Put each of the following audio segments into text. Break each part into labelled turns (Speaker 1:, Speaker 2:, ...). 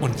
Speaker 1: Und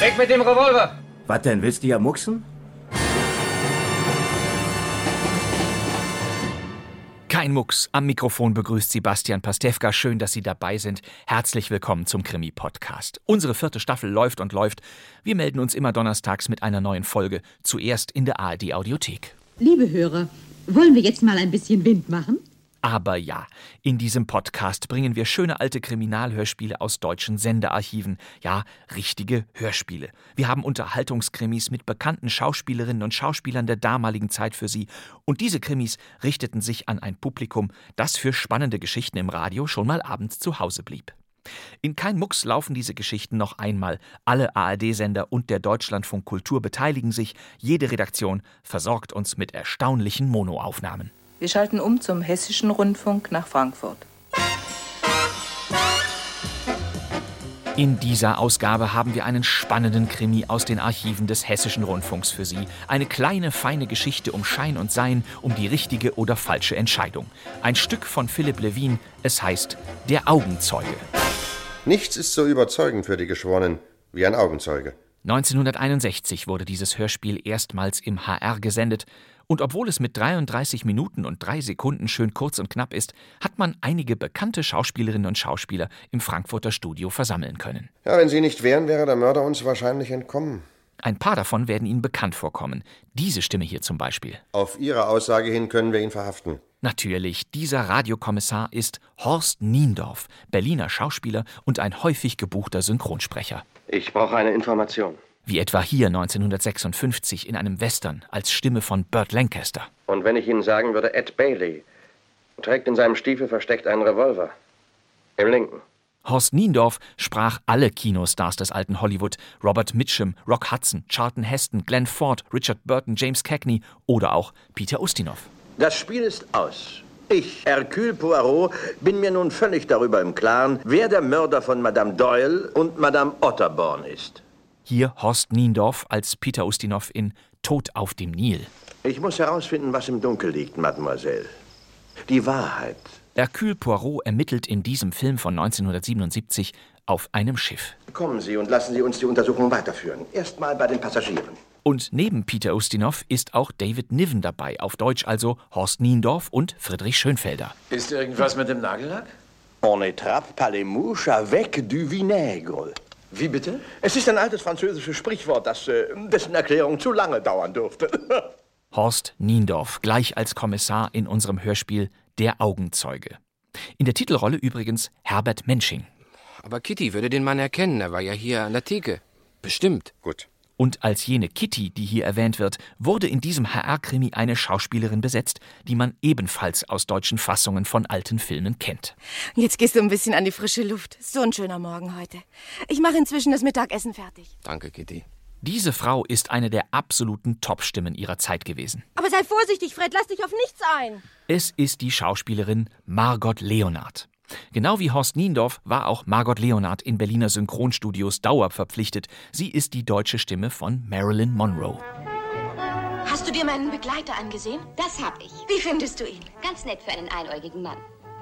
Speaker 2: Weg mit dem Revolver!
Speaker 3: Was denn, willst du ja mucksen?
Speaker 4: Kein Mucks. Am Mikrofon begrüßt Sebastian Pastewka. Schön, dass Sie dabei sind. Herzlich willkommen zum Krimi-Podcast. Unsere vierte Staffel läuft und läuft. Wir melden uns immer donnerstags mit einer neuen Folge. Zuerst in der ARD-Audiothek.
Speaker 5: Liebe Hörer, wollen wir jetzt mal ein bisschen Wind machen?
Speaker 4: Aber ja, in diesem Podcast bringen wir schöne alte Kriminalhörspiele aus deutschen Sendearchiven. Ja, richtige Hörspiele. Wir haben Unterhaltungskrimis mit bekannten Schauspielerinnen und Schauspielern der damaligen Zeit für sie. Und diese Krimis richteten sich an ein Publikum, das für spannende Geschichten im Radio schon mal abends zu Hause blieb. In Kein Mucks laufen diese Geschichten noch einmal. Alle ARD-Sender und der Deutschlandfunk Kultur beteiligen sich. Jede Redaktion versorgt uns mit erstaunlichen Monoaufnahmen.
Speaker 6: Wir schalten um zum Hessischen Rundfunk nach Frankfurt.
Speaker 4: In dieser Ausgabe haben wir einen spannenden Krimi aus den Archiven des Hessischen Rundfunks für Sie. Eine kleine, feine Geschichte um Schein und Sein, um die richtige oder falsche Entscheidung. Ein Stück von Philipp Levin, es heißt Der Augenzeuge.
Speaker 7: Nichts ist so überzeugend für die Geschworenen wie ein Augenzeuge.
Speaker 4: 1961 wurde dieses Hörspiel erstmals im HR gesendet und obwohl es mit 33 Minuten und 3 Sekunden schön kurz und knapp ist, hat man einige bekannte Schauspielerinnen und Schauspieler im Frankfurter Studio versammeln können.
Speaker 7: Ja, wenn sie nicht wären, wäre der Mörder uns wahrscheinlich entkommen.
Speaker 4: Ein paar davon werden Ihnen bekannt vorkommen. Diese Stimme hier zum Beispiel.
Speaker 7: Auf Ihre Aussage hin können wir ihn verhaften.
Speaker 4: Natürlich, dieser Radiokommissar ist Horst Niendorf, Berliner Schauspieler und ein häufig gebuchter Synchronsprecher.
Speaker 8: Ich brauche eine Information.
Speaker 4: Wie etwa hier 1956 in einem Western als Stimme von Burt Lancaster.
Speaker 8: Und wenn ich Ihnen sagen würde, Ed Bailey trägt in seinem Stiefel versteckt einen Revolver. Im linken.
Speaker 4: Horst Niendorf sprach alle Kinostars des alten Hollywood: Robert Mitchum, Rock Hudson, Charlton Heston, Glenn Ford, Richard Burton, James Cagney oder auch Peter Ustinov.
Speaker 9: Das Spiel ist aus. Ich, Hercule Poirot, bin mir nun völlig darüber im Klaren, wer der Mörder von Madame Doyle und Madame Otterborn ist.
Speaker 4: Hier Horst Niendorf als Peter Ustinov in Tod auf dem Nil.
Speaker 9: Ich muss herausfinden, was im Dunkel liegt, Mademoiselle. Die Wahrheit.
Speaker 4: Hercule Poirot ermittelt in diesem Film von 1977 auf einem Schiff.
Speaker 9: Kommen Sie und lassen Sie uns die Untersuchung weiterführen. Erstmal bei den Passagieren.
Speaker 4: Und neben Peter Ustinov ist auch David Niven dabei, auf Deutsch also Horst Niendorf und Friedrich Schönfelder.
Speaker 2: Ist irgendwas mit dem Nagellack?
Speaker 9: On étrape par les mouches avec du vinaigre.
Speaker 2: Wie bitte?
Speaker 9: Es ist ein altes französisches Sprichwort, das äh, dessen Erklärung zu lange dauern dürfte.
Speaker 4: Horst Niendorf, gleich als Kommissar in unserem Hörspiel Der Augenzeuge. In der Titelrolle übrigens Herbert Mensching.
Speaker 10: Aber Kitty würde den Mann erkennen, er war ja hier an der Theke. Bestimmt.
Speaker 7: Gut.
Speaker 4: Und als jene Kitty, die hier erwähnt wird, wurde in diesem HR-Krimi eine Schauspielerin besetzt, die man ebenfalls aus deutschen Fassungen von alten Filmen kennt.
Speaker 11: Jetzt gehst du ein bisschen an die frische Luft. So ein schöner Morgen heute. Ich mache inzwischen das Mittagessen fertig.
Speaker 10: Danke, Kitty.
Speaker 4: Diese Frau ist eine der absoluten Top-Stimmen ihrer Zeit gewesen.
Speaker 11: Aber sei vorsichtig, Fred, lass dich auf nichts ein.
Speaker 4: Es ist die Schauspielerin Margot Leonard. Genau wie Horst Niendorf war auch Margot Leonard in Berliner Synchronstudios Dauer verpflichtet. Sie ist die deutsche Stimme von Marilyn Monroe.
Speaker 12: Hast du dir meinen Begleiter angesehen?
Speaker 13: Das hab ich.
Speaker 12: Wie findest du ihn?
Speaker 13: Ganz nett für einen einäugigen Mann.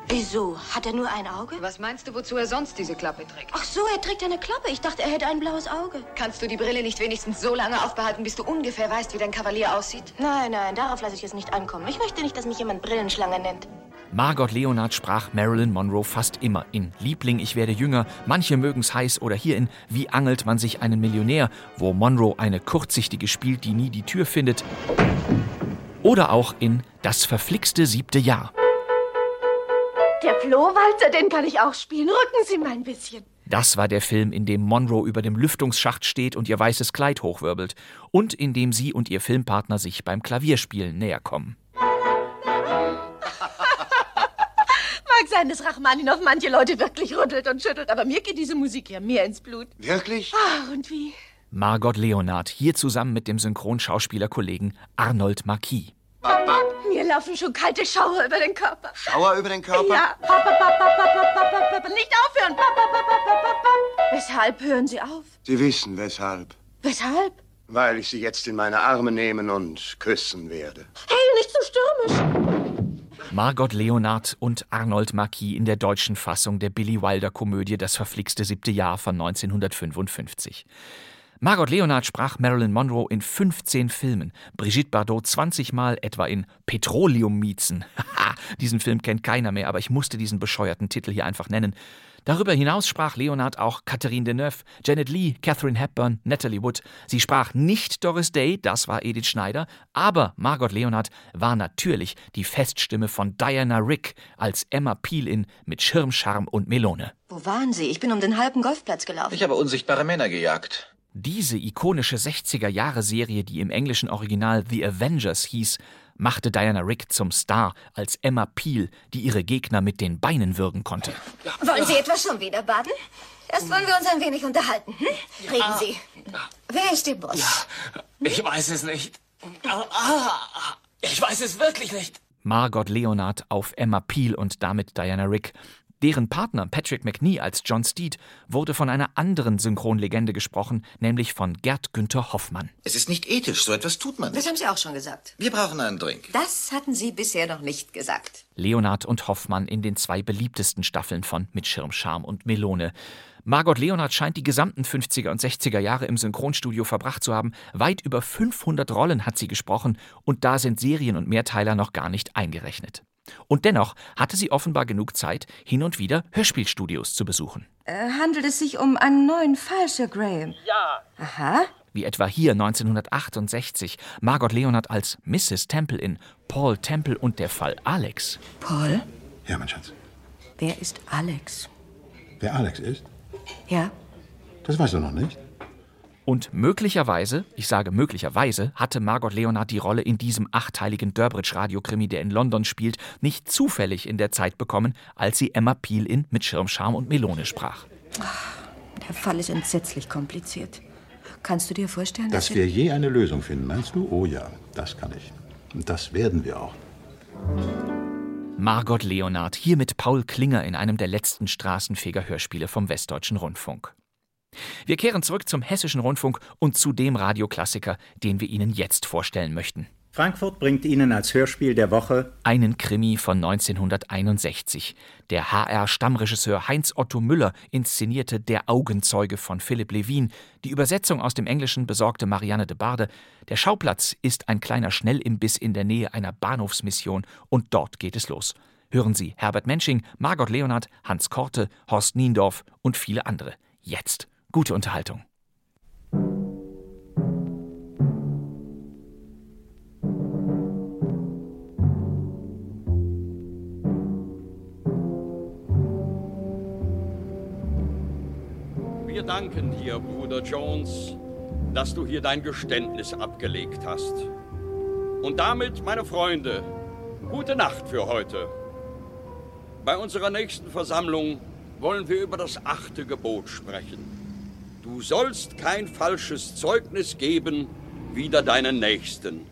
Speaker 12: Wieso? Hat er nur ein Auge?
Speaker 13: Was meinst du, wozu er sonst diese Klappe trägt?
Speaker 12: Ach so, er trägt eine Klappe. Ich dachte, er hätte ein blaues Auge.
Speaker 13: Kannst du die Brille nicht wenigstens so lange aufbehalten, bis du ungefähr weißt, wie dein Kavalier aussieht?
Speaker 12: Nein, nein, darauf lasse ich es nicht ankommen. Ich möchte nicht, dass mich jemand Brillenschlange nennt.
Speaker 4: Margot Leonard sprach Marilyn Monroe fast immer in Liebling, ich werde jünger, manche mögen's heiß oder hier in Wie angelt man sich einen Millionär, wo Monroe eine kurzsichtige spielt, die nie die Tür findet. Oder auch in Das verflixte siebte Jahr.
Speaker 11: Der Flohwalzer, den kann ich auch spielen. Rücken Sie mal ein bisschen.
Speaker 4: Das war der Film, in dem Monroe über dem Lüftungsschacht steht und ihr weißes Kleid hochwirbelt. Und in dem sie und ihr Filmpartner sich beim Klavierspielen näher kommen.
Speaker 11: sein, dass Rachmaninow manche Leute wirklich rüttelt und schüttelt, aber mir geht diese Musik ja mehr ins Blut.
Speaker 14: Wirklich?
Speaker 11: Ah, und wie?
Speaker 4: Margot Leonard, hier zusammen mit dem Synchronschauspielerkollegen Arnold Marquis.
Speaker 11: Mir laufen schon kalte Schauer über den Körper.
Speaker 14: Schauer über den Körper?
Speaker 11: Ja. Papa, papa, papa, papa, papa. Nicht aufhören. Papa, papa, papa, papa. Weshalb hören Sie auf?
Speaker 14: Sie wissen weshalb.
Speaker 11: Weshalb?
Speaker 14: Weil ich sie jetzt in meine Arme nehmen und küssen werde.
Speaker 11: Hey, nicht so stürmisch.
Speaker 4: Margot Leonard und Arnold Marquis in der deutschen Fassung der Billy Wilder Komödie Das verflixte siebte Jahr von 1955. Margot Leonard sprach Marilyn Monroe in 15 Filmen, Brigitte Bardot 20 Mal, etwa in Petroleum-Miezen. Haha, diesen Film kennt keiner mehr, aber ich musste diesen bescheuerten Titel hier einfach nennen. Darüber hinaus sprach Leonard auch Catherine Deneuve, Janet Lee, Catherine Hepburn, Natalie Wood. Sie sprach nicht Doris Day, das war Edith Schneider, aber Margot Leonard war natürlich die Feststimme von Diana Rick als Emma Peel in Mit Schirm, Charme und Melone.
Speaker 13: Wo waren Sie? Ich bin um den halben Golfplatz gelaufen.
Speaker 2: Ich habe unsichtbare Männer gejagt.
Speaker 4: Diese ikonische 60er-Jahre-Serie, die im englischen Original The Avengers hieß, machte Diana Rick zum Star als Emma Peel, die ihre Gegner mit den Beinen würgen konnte.
Speaker 13: Wollen Sie etwa schon wieder baden? Erst wollen wir uns ein wenig unterhalten. Hm? Reden Sie. Wer ist Ihr Boss?
Speaker 15: Ich weiß es nicht. Ah, ah, Ich weiß es wirklich nicht.
Speaker 4: Margot Leonard auf Emma Peel und damit Diana Rick. Deren Partner Patrick McNee als John Steed wurde von einer anderen Synchronlegende gesprochen, nämlich von Gerd Günther Hoffmann.
Speaker 16: Es ist nicht ethisch, so etwas tut man
Speaker 13: Das
Speaker 16: nicht.
Speaker 13: haben Sie auch schon gesagt.
Speaker 16: Wir brauchen einen Drink.
Speaker 13: Das hatten Sie bisher noch nicht gesagt.
Speaker 4: Leonard und Hoffmann in den zwei beliebtesten Staffeln von Mit Schirm, Charme und Melone. Margot Leonard scheint die gesamten 50er und 60er Jahre im Synchronstudio verbracht zu haben. Weit über 500 Rollen hat sie gesprochen und da sind Serien und Mehrteiler noch gar nicht eingerechnet. Und dennoch hatte sie offenbar genug Zeit, hin und wieder Hörspielstudios zu besuchen.
Speaker 6: Äh, handelt es sich um einen neuen Fall, Sir Graham? Ja. Aha.
Speaker 4: Wie etwa hier 1968 Margot Leonard als Mrs. Temple in Paul Temple und der Fall Alex.
Speaker 6: Paul,
Speaker 17: Ja, mein Schatz.
Speaker 6: wer ist Alex?
Speaker 17: Wer Alex ist,
Speaker 6: Ja.
Speaker 17: das weißt du noch nicht.
Speaker 4: Und möglicherweise, ich sage möglicherweise, hatte Margot Leonard die Rolle in diesem achtteiligen Durbridge-Radiokrimi, der in London spielt, nicht zufällig in der Zeit bekommen, als sie Emma Peel in Mit Schirm, Charme und Melone sprach.
Speaker 6: Der Fall ist entsetzlich kompliziert. Kannst du dir vorstellen,
Speaker 17: Dass wir je eine Lösung finden, meinst du? Oh ja, das kann ich. Und das werden wir auch.
Speaker 4: Margot Leonard, hier mit Paul Klinger in einem der letzten Straßenfeger-Hörspiele vom Westdeutschen Rundfunk. Wir kehren zurück zum Hessischen Rundfunk und zu dem Radioklassiker, den wir Ihnen jetzt vorstellen möchten.
Speaker 18: Frankfurt bringt Ihnen als Hörspiel der Woche
Speaker 4: einen Krimi von 1961. Der HR-Stammregisseur Heinz Otto Müller inszenierte Der Augenzeuge von Philipp Levin. Die Übersetzung aus dem Englischen besorgte Marianne de Barde. Der Schauplatz ist ein kleiner Schnellimbiss in der Nähe einer Bahnhofsmission und dort geht es los. Hören Sie Herbert Mensching, Margot Leonard, Hans Korte, Horst Niendorf und viele andere. Jetzt gute Unterhaltung.
Speaker 19: Wir danken dir, Bruder Jones, dass du hier dein Geständnis abgelegt hast. Und damit, meine Freunde, gute Nacht für heute. Bei unserer nächsten Versammlung wollen wir über das achte Gebot sprechen. Du sollst kein falsches Zeugnis geben wider deinen Nächsten.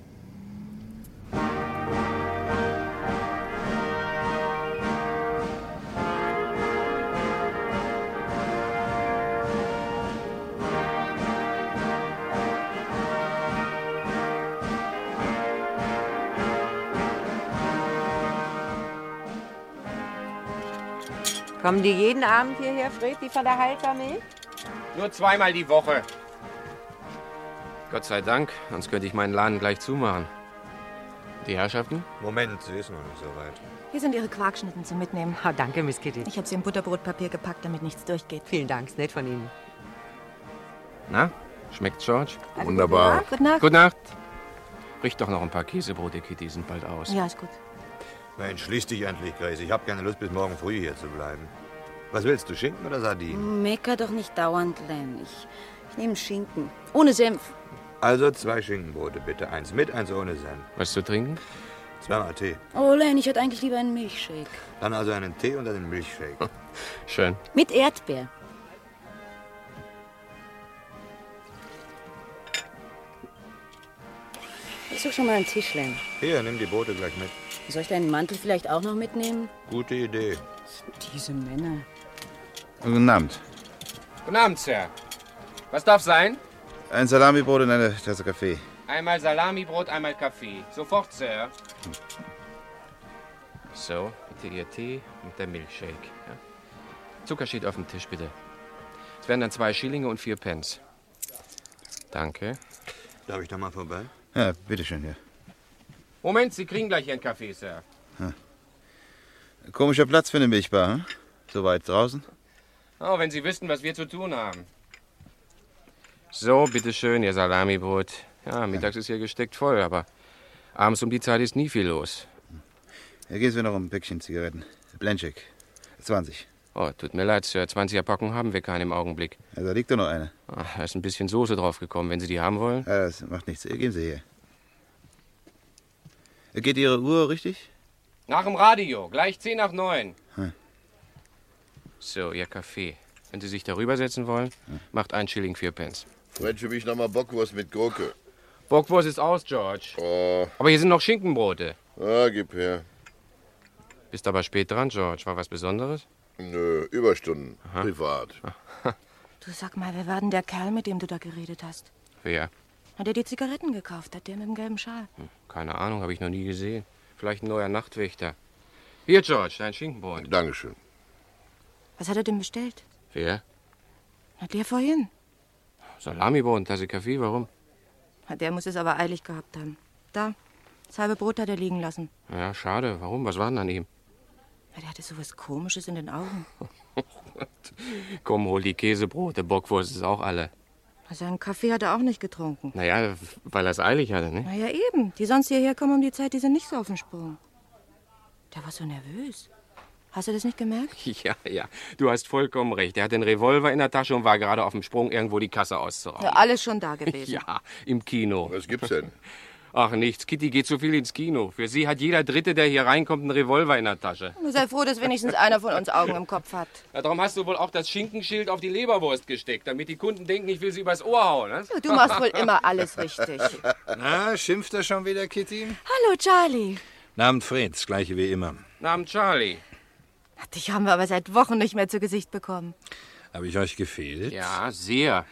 Speaker 20: Kommen die jeden Abend hierher, Fred, die von der Haltermilch?
Speaker 21: Nur zweimal die Woche.
Speaker 10: Gott sei Dank, sonst könnte ich meinen Laden gleich zumachen. Die Herrschaften?
Speaker 22: Moment, sie ist noch nicht so weit.
Speaker 12: Hier sind Ihre Quarkschnitten zum Mitnehmen.
Speaker 20: Oh, danke, Miss Kitty.
Speaker 12: Ich habe sie im Butterbrotpapier gepackt, damit nichts durchgeht.
Speaker 20: Vielen Dank, ist nett von Ihnen.
Speaker 10: Na, schmeckt George?
Speaker 12: Wunderbar. gute Nacht.
Speaker 10: Gute Nacht. Riecht doch noch ein paar Käsebrote, Kitty, die sind bald aus.
Speaker 12: Ja, ist gut.
Speaker 22: Mensch, schließ dich endlich, Grace. Ich hab keine Lust, bis morgen früh hier zu bleiben. Was willst du, Schinken oder Sardinen?
Speaker 23: Mecker doch nicht dauernd, Len. Ich, ich nehme Schinken. Ohne Senf.
Speaker 22: Also zwei Schinkenbrote bitte. Eins mit, eins ohne Senf.
Speaker 10: Was zu trinken?
Speaker 22: Zweimal Tee.
Speaker 23: Oh, Len, ich hätte eigentlich lieber einen Milchshake.
Speaker 22: Dann also einen Tee und einen Milchshake.
Speaker 10: Schön.
Speaker 23: Mit Erdbeer. Ich suche schon mal einen Tisch, Len.
Speaker 22: Hier, nimm die Boote gleich mit.
Speaker 23: Soll ich deinen Mantel vielleicht auch noch mitnehmen?
Speaker 22: Gute Idee.
Speaker 23: Diese Männer.
Speaker 1: Guten Abend.
Speaker 10: Guten Abend, Sir. Was darf sein?
Speaker 1: Ein Salamibrot und eine Tasse Kaffee.
Speaker 10: Einmal Salamibrot, einmal Kaffee. Sofort, Sir. So, bitte Ihr Tee und der Milchshake. Ja? Zucker steht auf dem Tisch, bitte. Es wären dann zwei Schillinge und vier Pence. Danke.
Speaker 22: Darf ich da mal vorbei?
Speaker 1: Ja, bitteschön, ja.
Speaker 10: Moment, Sie kriegen gleich Ihren Kaffee, Sir.
Speaker 1: Komischer Platz für eine Milchbar, hm? So weit draußen?
Speaker 10: Oh, wenn Sie wüssten, was wir zu tun haben. So, bitteschön, Ihr Salamibrot. Ja, mittags ist hier gesteckt voll, aber abends um die Zeit ist nie viel los.
Speaker 1: Hier geht's mir noch um ein Päckchen Zigaretten. Blanchik. 20.
Speaker 10: Oh, tut mir leid, Sir. 20er Packung haben wir keine im Augenblick.
Speaker 1: Ja, Also, da liegt doch noch eine.
Speaker 10: Ah, da ist ein bisschen Soße draufgekommen, wenn Sie die haben wollen.
Speaker 1: Ja, das macht nichts. Geben Sie her. Geht Ihre Uhr richtig?
Speaker 10: Nach dem Radio, gleich 10 nach 9.
Speaker 1: Hm.
Speaker 10: So, Ihr Kaffee. Wenn Sie sich darüber setzen wollen, macht ein Schilling vier Pence.
Speaker 24: Mensch, für mich nochmal Bockwurst mit Gurke.
Speaker 10: Bockwurst ist aus, George. Aber hier sind noch Schinkenbrote.
Speaker 24: Ah, Äh. gib her.
Speaker 10: Bist aber spät dran, George. War was Besonderes?
Speaker 24: Nö, Überstunden. Privat.
Speaker 11: Du sag mal, wer war denn der Kerl, mit dem du da geredet hast?
Speaker 10: Wer?
Speaker 11: Hat er die Zigaretten gekauft? Hat der mit dem gelben Schal?
Speaker 10: Keine Ahnung, habe ich noch nie gesehen. Vielleicht ein neuer Nachtwächter. Hier, George, dein Schinkenbrot.
Speaker 24: Dankeschön.
Speaker 11: Was hat er denn bestellt?
Speaker 10: Wer?
Speaker 11: Na, der vorhin.
Speaker 10: Salamibrot und Tasse Kaffee, warum?
Speaker 11: Na, der muss es aber eilig gehabt haben. Da, das halbe Brot hat er liegen lassen.
Speaker 10: Ja, schade. Warum? Was war denn an ihm?
Speaker 11: Na, der hatte sowas Komisches in den Augen.
Speaker 10: Komm, hol die Käsebrote. Bockwurst ist auch alle.
Speaker 11: Seinen Also Kaffee hat er auch nicht getrunken.
Speaker 10: Naja, weil er es eilig hatte, ne?
Speaker 11: Na ja, eben. Die sonst hierher kommen um die Zeit, die sind nicht so auf dem Sprung. Der war so nervös. Hast du das nicht gemerkt?
Speaker 10: Ja, ja. Du hast vollkommen recht. Er hat den Revolver in der Tasche und war gerade auf dem Sprung, irgendwo die Kasse auszurauben.
Speaker 11: Ja, alles schon da gewesen.
Speaker 10: Ja, im Kino.
Speaker 24: Was gibt's denn?
Speaker 10: Ach, nichts. Kitty geht zu viel ins Kino. Für sie hat jeder Dritte, der hier reinkommt, einen Revolver in der Tasche.
Speaker 11: Sei froh, dass wenigstens einer von uns Augen im Kopf hat.
Speaker 10: Ja, darum hast du wohl auch das Schinkenschild auf die Leberwurst gesteckt, damit die Kunden denken, ich will sie übers Ohr hauen. Ne?
Speaker 11: Du machst wohl immer alles richtig.
Speaker 25: Na, schimpft er schon wieder, Kitty?
Speaker 11: Hallo, Charlie.
Speaker 25: Namen Freds, gleiche wie immer.
Speaker 10: Namen Charlie.
Speaker 11: Dich haben wir aber seit Wochen nicht mehr zu Gesicht bekommen.
Speaker 25: Habe ich euch gefehlt?
Speaker 10: Ja, sehr.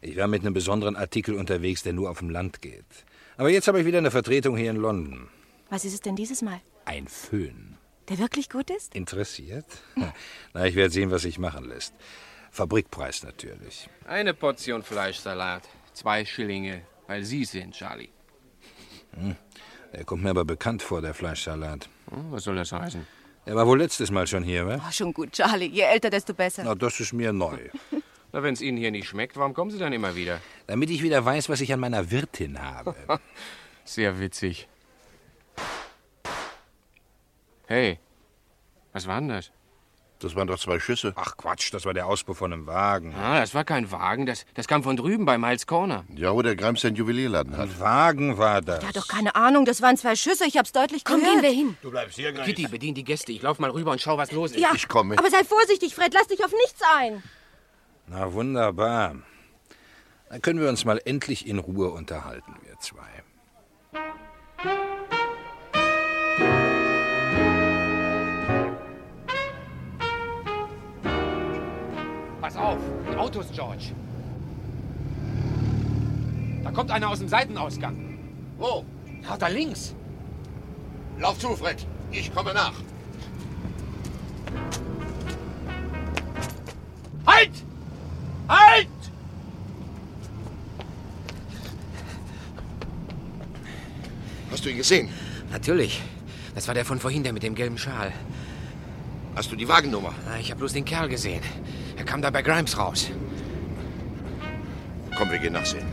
Speaker 25: Ich war mit einem besonderen Artikel unterwegs, der nur auf dem Land geht. Aber jetzt habe ich wieder eine Vertretung hier in London.
Speaker 11: Was ist es denn dieses Mal?
Speaker 25: Ein Föhn.
Speaker 11: Der wirklich gut ist?
Speaker 25: Interessiert? Na, ich werde sehen, was sich machen lässt. Fabrikpreis natürlich.
Speaker 10: Eine Portion Fleischsalat. Zwei Schillinge, weil Sie sind, Charlie.
Speaker 25: Hm. Der kommt mir aber bekannt vor, der Fleischsalat.
Speaker 10: Hm, was soll das heißen?
Speaker 25: Er war wohl letztes Mal schon hier, wa?
Speaker 11: Oh, schon gut, Charlie. Je älter, desto besser.
Speaker 25: Na, das ist mir neu.
Speaker 10: Na, wenn es Ihnen hier nicht schmeckt, warum kommen Sie dann immer wieder?
Speaker 25: Damit ich wieder weiß, was ich an meiner Wirtin habe.
Speaker 10: Sehr witzig. Hey, was war denn das?
Speaker 25: Das waren doch zwei Schüsse. Ach Quatsch, das war der Auspuff von einem Wagen.
Speaker 10: Ah, das war kein Wagen, das, das kam von drüben bei Miles Corner.
Speaker 24: Ja, wo der Grimes seinen Juwelierladen hat.
Speaker 25: Ein Wagen war das.
Speaker 11: Der hat doch keine Ahnung, das waren zwei Schüsse, ich hab's deutlich Komm,
Speaker 24: gehen
Speaker 11: gehört.
Speaker 24: wir
Speaker 11: hin.
Speaker 24: Du bleibst hier,
Speaker 10: Kitty, bedien die Gäste. Ich lauf mal rüber und schau, was los ist.
Speaker 11: Ja,
Speaker 24: Ich komme.
Speaker 11: aber sei vorsichtig, Fred, lass dich auf nichts ein.
Speaker 25: Na wunderbar. Dann können wir uns mal endlich in Ruhe unterhalten, wir zwei.
Speaker 10: Pass auf, die Autos, George. Da kommt einer aus dem Seitenausgang.
Speaker 24: Wo?
Speaker 10: Ja, da links.
Speaker 24: Lauf zu, Fred. Ich komme nach.
Speaker 10: Halt! Halt!
Speaker 24: Hast du ihn gesehen?
Speaker 10: Natürlich. Das war der von vorhin, der mit dem gelben Schal.
Speaker 24: Hast du die Wagennummer?
Speaker 10: Ah, Ich habe bloß den Kerl gesehen. Er kam da bei Grimes raus.
Speaker 24: Komm, wir gehen nachsehen.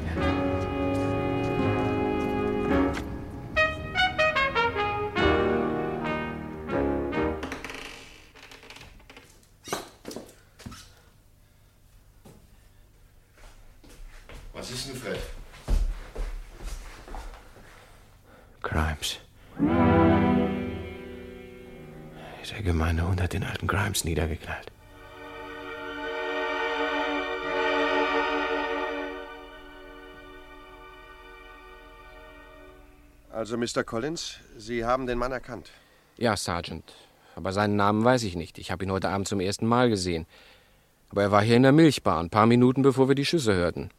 Speaker 24: Was ist denn, Fred?
Speaker 10: Grimes. Der gemeine Hund hat den alten Grimes niedergeknallt.
Speaker 24: Also, Mr. Collins, Sie haben den Mann erkannt.
Speaker 10: Ja, Sergeant. Aber seinen Namen weiß ich nicht. Ich habe ihn heute Abend zum ersten Mal gesehen. Aber er war hier in der Milchbar, ein paar Minuten bevor wir die Schüsse hörten.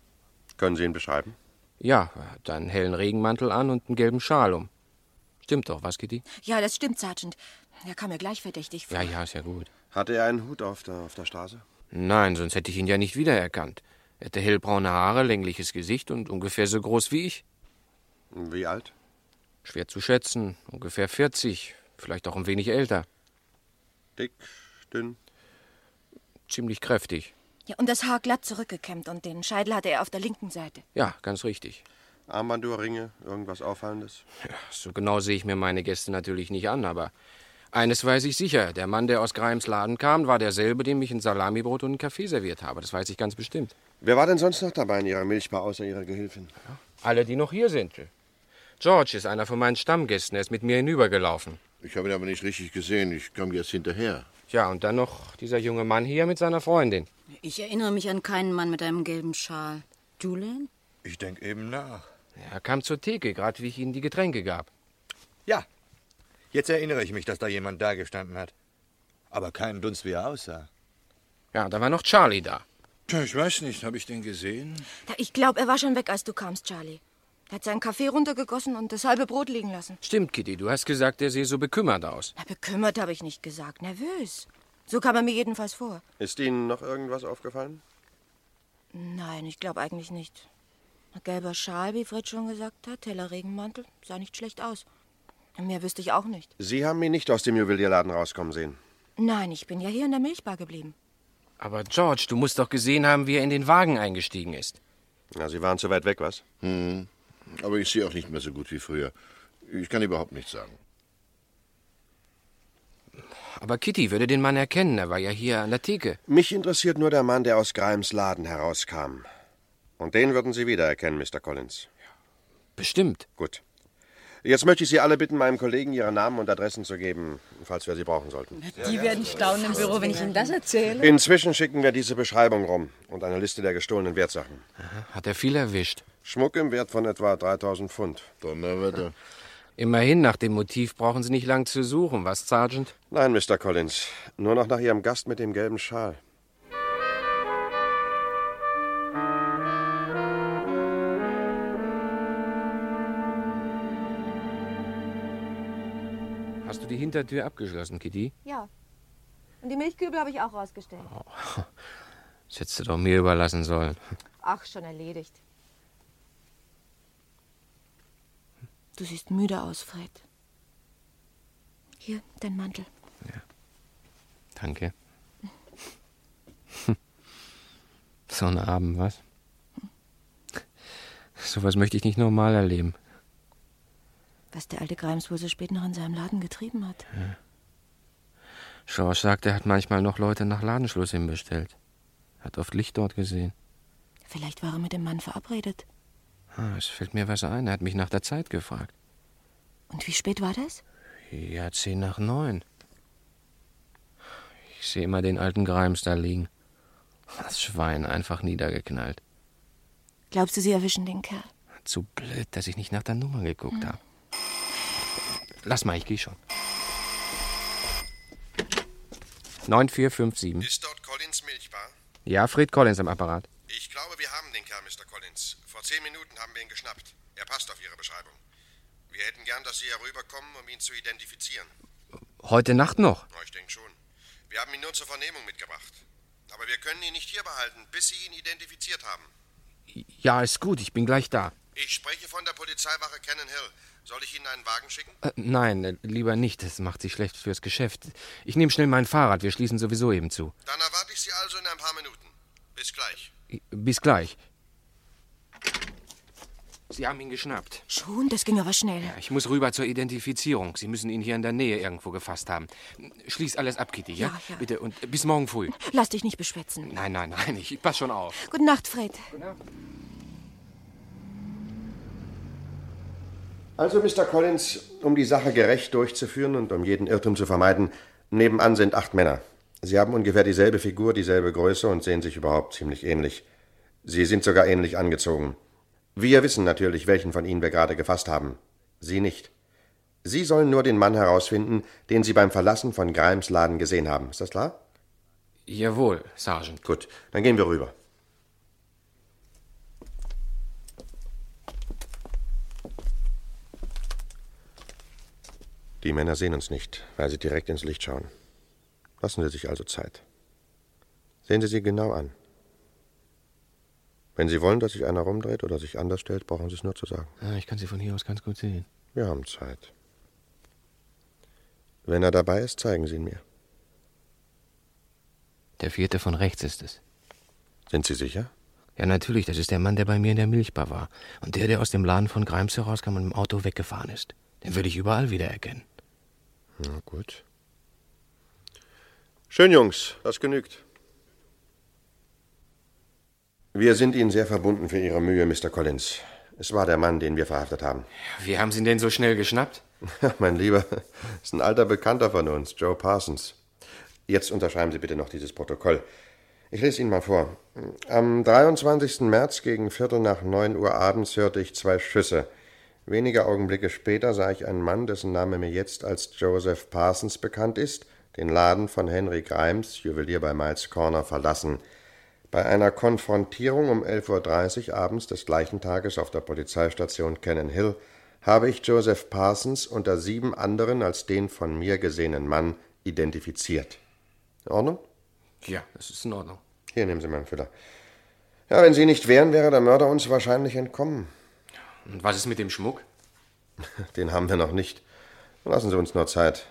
Speaker 24: Können Sie ihn beschreiben?
Speaker 10: Ja, er hat einen hellen Regenmantel an und einen gelben Schal um. Stimmt doch, was, Kitty?
Speaker 11: Ja, das stimmt, Sergeant. Er kam mir gleich verdächtig vor.
Speaker 10: Ja, ja, ist ja gut.
Speaker 24: Hatte er einen Hut auf der, auf der Straße?
Speaker 10: Nein, sonst hätte ich ihn ja nicht wiedererkannt. Er hatte hellbraune Haare, längliches Gesicht und ungefähr so groß wie ich.
Speaker 24: Wie alt?
Speaker 10: Schwer zu schätzen. Ungefähr 40, vielleicht auch ein wenig älter.
Speaker 24: Dick, dünn.
Speaker 10: Ziemlich kräftig.
Speaker 11: Ja, und das Haar glatt zurückgekämmt und den Scheitel hatte er auf der linken Seite.
Speaker 10: Ja, ganz richtig.
Speaker 24: Armbanduhr, Ringe, irgendwas Auffallendes?
Speaker 10: Ja, so genau sehe ich mir meine Gäste natürlich nicht an, aber eines weiß ich sicher. Der Mann, der aus Greims Laden kam, war derselbe, dem ich ein Salamibrot und einen Kaffee serviert habe. Das weiß ich ganz bestimmt.
Speaker 24: Wer war denn sonst noch dabei in Ihrer Milchbar, außer Ihrer Gehilfin?
Speaker 10: Alle, die noch hier sind. George ist einer von meinen Stammgästen. Er ist mit mir hinübergelaufen.
Speaker 8: Ich habe ihn aber nicht richtig gesehen. Ich kam jetzt hinterher.
Speaker 10: Ja, und dann noch dieser junge Mann hier mit seiner Freundin.
Speaker 23: Ich erinnere mich an keinen Mann mit einem gelben Schal. Julian?
Speaker 22: Ich denke eben nach.
Speaker 10: Er kam zur Theke, gerade wie ich Ihnen die Getränke gab.
Speaker 22: Ja, jetzt erinnere ich mich, dass da jemand da gestanden hat. Aber keinen Dunst, wie er aussah.
Speaker 10: Ja, da war noch Charlie da.
Speaker 25: Tja, ich weiß nicht, habe ich den gesehen?
Speaker 11: Ja, Ich glaube, er war schon weg, als du kamst, Charlie. Er hat seinen Kaffee runtergegossen und das halbe Brot liegen lassen.
Speaker 10: Stimmt, Kitty, du hast gesagt, er sehe so bekümmert aus.
Speaker 11: Na, bekümmert habe ich nicht gesagt. Nervös. So kam er mir jedenfalls vor.
Speaker 24: Ist Ihnen noch irgendwas aufgefallen?
Speaker 11: Nein, ich glaube eigentlich nicht. Ein gelber Schal, wie Fred schon gesagt hat, heller Regenmantel, sah nicht schlecht aus. Mehr wüsste ich auch nicht.
Speaker 24: Sie haben ihn nicht aus dem Juwelierladen rauskommen sehen.
Speaker 11: Nein, ich bin ja hier in der Milchbar geblieben.
Speaker 10: Aber George, du musst doch gesehen haben, wie er in den Wagen eingestiegen ist.
Speaker 24: Na, Sie waren zu weit weg, was?
Speaker 8: Hm. Aber ich sehe auch nicht mehr so gut wie früher. Ich kann überhaupt nichts sagen.
Speaker 10: Aber Kitty würde den Mann erkennen, er war ja hier an der Theke.
Speaker 24: Mich interessiert nur der Mann, der aus Grimes Laden herauskam. Und den würden Sie wiedererkennen, Mr. Collins.
Speaker 10: Bestimmt.
Speaker 24: Gut. Jetzt möchte ich Sie alle bitten, meinem Kollegen Ihre Namen und Adressen zu geben, falls wir sie brauchen sollten.
Speaker 26: Die werden staunen im Büro, wenn ich Ihnen das erzähle.
Speaker 24: Inzwischen schicken wir diese Beschreibung rum und eine Liste der gestohlenen Wertsachen.
Speaker 10: Hat er viel erwischt.
Speaker 24: Schmuck im Wert von etwa 3000 Pfund.
Speaker 8: Donnerwetter.
Speaker 10: Immerhin, nach dem Motiv brauchen Sie nicht lang zu suchen, was, Sergeant?
Speaker 24: Nein, Mr. Collins. Nur noch nach Ihrem Gast mit dem gelben Schal.
Speaker 10: Hast du die Hintertür abgeschlossen, Kitty?
Speaker 11: Ja. Und die Milchkübel habe ich auch rausgestellt.
Speaker 10: Das hättest du doch mir überlassen sollen.
Speaker 11: Ach, schon erledigt. Du siehst müde aus, Fred. Hier, dein Mantel.
Speaker 10: Danke. so ein Abend, was? Sowas möchte ich nicht normal erleben.
Speaker 11: Was der alte Grimes wohl so spät noch in seinem Laden getrieben hat.
Speaker 10: George sagt, er hat manchmal noch Leute nach Ladenschluss hin bestellt. Hat oft Licht dort gesehen.
Speaker 11: Vielleicht war er mit dem Mann verabredet.
Speaker 10: Ah, es fällt mir was ein. Er hat mich nach der Zeit gefragt.
Speaker 11: Und wie spät war das?
Speaker 10: Ja, zehn nach neun. Ich sehe immer den alten Grimes da liegen. Das Schwein einfach niedergeknallt.
Speaker 11: Glaubst du, sie erwischen den Kerl?
Speaker 10: Zu blöd, dass ich nicht nach der Nummer geguckt habe. Lass mal, ich gehe schon. 9457.
Speaker 24: Ist dort Collins Milchbar?
Speaker 10: Ja, Fred Collins am Apparat.
Speaker 24: Ich glaube, wir haben den Kerl, Mr. Collins. Vor zehn Minuten haben wir ihn geschnappt. Er passt auf Ihre Beschreibung. Wir hätten gern, dass Sie herüberkommen, um ihn zu identifizieren.
Speaker 10: Heute Nacht noch?
Speaker 24: Na, ich denke schon. Wir haben ihn nur zur Vernehmung mitgebracht. Aber wir können ihn nicht hier behalten, bis Sie ihn identifiziert haben.
Speaker 10: Ja, ist gut, ich bin gleich da.
Speaker 24: Ich spreche von der Polizeiwache Cannon Hill. Soll ich Ihnen einen Wagen schicken?
Speaker 10: Äh, nein, äh, lieber nicht, das macht sich schlecht fürs Geschäft. Ich nehme schnell mein Fahrrad, wir schließen sowieso eben zu.
Speaker 24: Dann erwarte ich Sie also in ein paar Minuten. Bis gleich.
Speaker 10: Bis gleich. Sie haben ihn geschnappt.
Speaker 11: Schon, das ging aber schnell.
Speaker 10: Ich muss rüber zur Identifizierung. Sie müssen ihn hier in der Nähe irgendwo gefasst haben. Schließ alles ab, Kitty, ja?
Speaker 11: Ja, ja.
Speaker 10: Bitte, und äh, bis morgen früh.
Speaker 11: Lass dich nicht beschwätzen.
Speaker 10: Nein, nein, nein, ich pass schon auf.
Speaker 11: Gute Nacht, Fred.
Speaker 24: Also, Mr. Collins, um die Sache gerecht durchzuführen und um jeden Irrtum zu vermeiden, Nebenan sind acht Männer. Sie haben ungefähr dieselbe Figur, dieselbe Größe und sehen sich überhaupt ziemlich ähnlich. Sie sind sogar ähnlich angezogen. Wir wissen natürlich, welchen von ihnen wir gerade gefasst haben. Sie nicht. Sie sollen nur den Mann herausfinden, den Sie beim Verlassen von Grimes Laden gesehen haben. Ist das klar?
Speaker 10: Jawohl, Sergeant.
Speaker 24: Gut, dann gehen wir rüber. Die Männer sehen uns nicht, weil sie direkt ins Licht schauen. Lassen Sie sich also Zeit. Sehen Sie sie genau an. Wenn Sie wollen, dass sich einer rumdreht oder sich anders stellt, brauchen Sie es nur zu sagen.
Speaker 10: Ah, ich kann sie von hier aus ganz gut sehen.
Speaker 24: Wir haben Zeit. Wenn er dabei ist, zeigen Sie ihn mir.
Speaker 10: Der vierte von rechts ist es.
Speaker 24: Sind Sie sicher?
Speaker 10: Ja, natürlich, das ist der Mann, der bei mir in der Milchbar war. Und der, der aus dem Laden von Greims herauskam und im Auto weggefahren ist. Den würde ich überall wiedererkennen.
Speaker 24: Na gut. Schön, Jungs, das genügt. Wir sind Ihnen sehr verbunden für Ihre Mühe, Mr. Collins. Es war der Mann, den wir verhaftet haben.
Speaker 10: Wie haben Sie ihn denn so schnell geschnappt?
Speaker 24: mein Lieber, ist ein alter Bekannter von uns, Joe Parsons. Jetzt unterschreiben Sie bitte noch dieses Protokoll. Ich lese Ihnen mal vor. Am 23. März gegen Viertel nach 9 Uhr abends hörte ich zwei Schüsse. Wenige Augenblicke später sah ich einen Mann, dessen Name mir jetzt als Joseph Parsons bekannt ist, den Laden von Henry Grimes, Juwelier bei Miles Corner, verlassen. Bei einer Konfrontierung um 11.30 Uhr abends des gleichen Tages auf der Polizeistation Cannon Hill habe ich Joseph Parsons unter sieben anderen als den von mir gesehenen Mann identifiziert. In Ordnung?
Speaker 10: Ja, das ist in Ordnung.
Speaker 24: Hier nehmen Sie meinen Füller. Ja, wenn Sie nicht wären, wäre der Mörder uns wahrscheinlich entkommen.
Speaker 10: Und was ist mit dem Schmuck?
Speaker 24: Den haben wir noch nicht. Lassen Sie uns nur Zeit.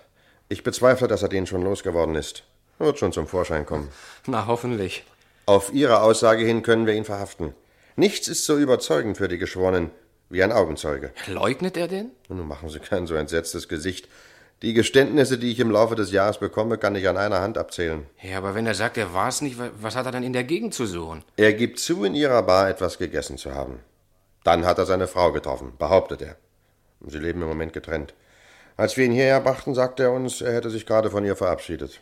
Speaker 24: Ich bezweifle, dass er den schon losgeworden ist. Er wird schon zum Vorschein kommen.
Speaker 10: Na, hoffentlich.
Speaker 24: Auf Ihre Aussage hin können wir ihn verhaften. Nichts ist so überzeugend für die Geschworenen wie ein Augenzeuge.
Speaker 10: Leugnet er denn?
Speaker 24: Nun machen Sie kein so entsetztes Gesicht. Die Geständnisse, die ich im Laufe des Jahres bekomme, kann ich an einer Hand abzählen.
Speaker 10: Ja, aber wenn er sagt, er war es nicht, was hat er dann in der Gegend zu suchen?
Speaker 24: Er gibt zu, in Ihrer Bar etwas gegessen zu haben. Dann hat er seine Frau getroffen, behauptet er. Sie leben im Moment getrennt. Als wir ihn hierher brachten, sagte er uns, er hätte sich gerade von ihr verabschiedet.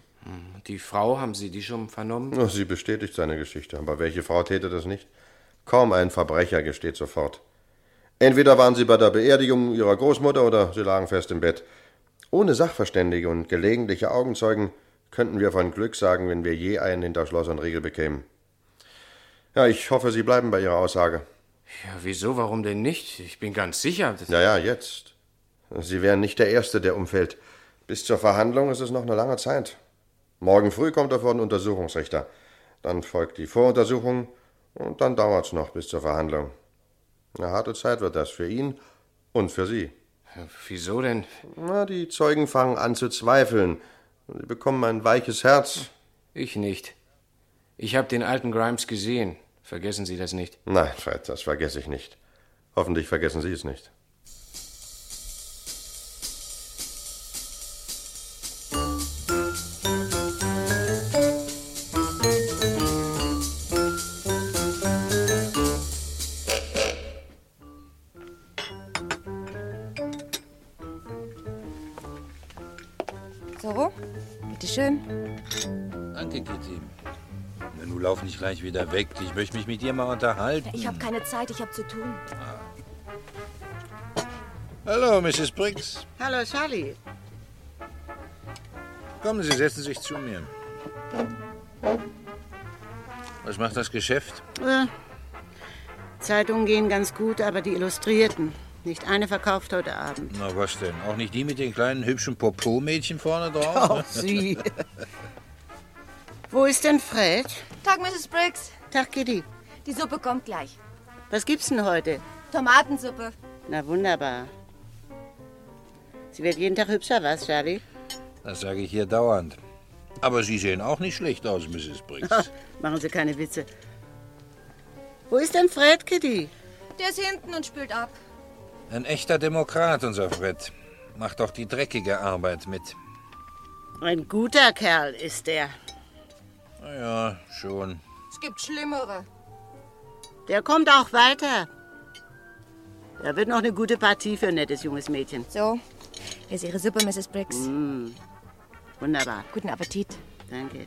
Speaker 10: Die Frau, haben Sie die schon vernommen?
Speaker 24: Oh, Sie bestätigt seine Geschichte, aber welche Frau täte das nicht? Kaum ein Verbrecher gesteht sofort. Entweder waren sie bei der Beerdigung ihrer Großmutter oder sie lagen fest im Bett. Ohne Sachverständige und gelegentliche Augenzeugen könnten wir von Glück sagen, wenn wir je einen hinter Schloss und Riegel bekämen. Ja, ich hoffe, Sie bleiben bei Ihrer Aussage.
Speaker 10: Ja, wieso, warum denn nicht? Ich bin ganz sicher. dass-
Speaker 24: Ja, ja, jetzt. Sie wären nicht der Erste, der umfällt. Bis zur Verhandlung ist es noch eine lange Zeit. Morgen früh kommt er vor den Untersuchungsrichter. Dann folgt die Voruntersuchung und dann dauert's noch bis zur Verhandlung. Eine harte Zeit wird das für ihn und für Sie.
Speaker 10: Äh, Wieso denn?
Speaker 24: Na, die Zeugen fangen an zu zweifeln. Sie bekommen ein weiches Herz.
Speaker 10: Ich nicht. Ich habe den alten Grimes gesehen. Vergessen Sie das nicht.
Speaker 24: Nein, Fred, das vergesse ich nicht. Hoffentlich vergessen Sie es nicht.
Speaker 11: So, bitteschön.
Speaker 25: Danke, Kitty. Na, nun lauf nicht gleich wieder weg. Ich möchte mich mit dir mal unterhalten.
Speaker 12: Ich habe keine Zeit, ich habe zu tun.
Speaker 25: Hallo, Mrs. Briggs.
Speaker 14: Hallo Charlie.
Speaker 25: Kommen Sie, setzen sich zu mir. Was macht das Geschäft?
Speaker 14: Äh, Zeitungen gehen ganz gut, aber die Illustrierten. Nicht eine verkauft heute Abend.
Speaker 25: Na, was denn? Auch nicht die mit den kleinen hübschen Popo-Mädchen vorne drauf? ne?
Speaker 14: Doch, sie. Wo ist denn Fred?
Speaker 12: Tag, Mrs. Briggs.
Speaker 14: Tag, Kitty.
Speaker 12: Die Suppe kommt gleich.
Speaker 14: Was gibt's denn heute?
Speaker 12: Tomatensuppe.
Speaker 14: Na wunderbar. Sie wird jeden Tag hübscher, was, Charlie?
Speaker 25: Das sage ich hier dauernd. Aber Sie sehen auch nicht schlecht aus, Mrs. Briggs.
Speaker 14: Machen Sie keine Witze. Wo ist denn Fred, Kitty?
Speaker 12: Der ist hinten und spült ab.
Speaker 25: Ein echter Demokrat, unser Fred. Macht doch die dreckige Arbeit mit.
Speaker 14: Ein guter Kerl ist er.
Speaker 25: Naja, schon.
Speaker 12: Es gibt Schlimmere.
Speaker 14: Der kommt auch weiter. Da wird noch eine gute Partie für ein nettes junges Mädchen.
Speaker 11: So,
Speaker 14: hier ist Ihre Suppe, Mrs. Briggs. Mm. Wunderbar.
Speaker 11: Guten Appetit.
Speaker 14: Danke.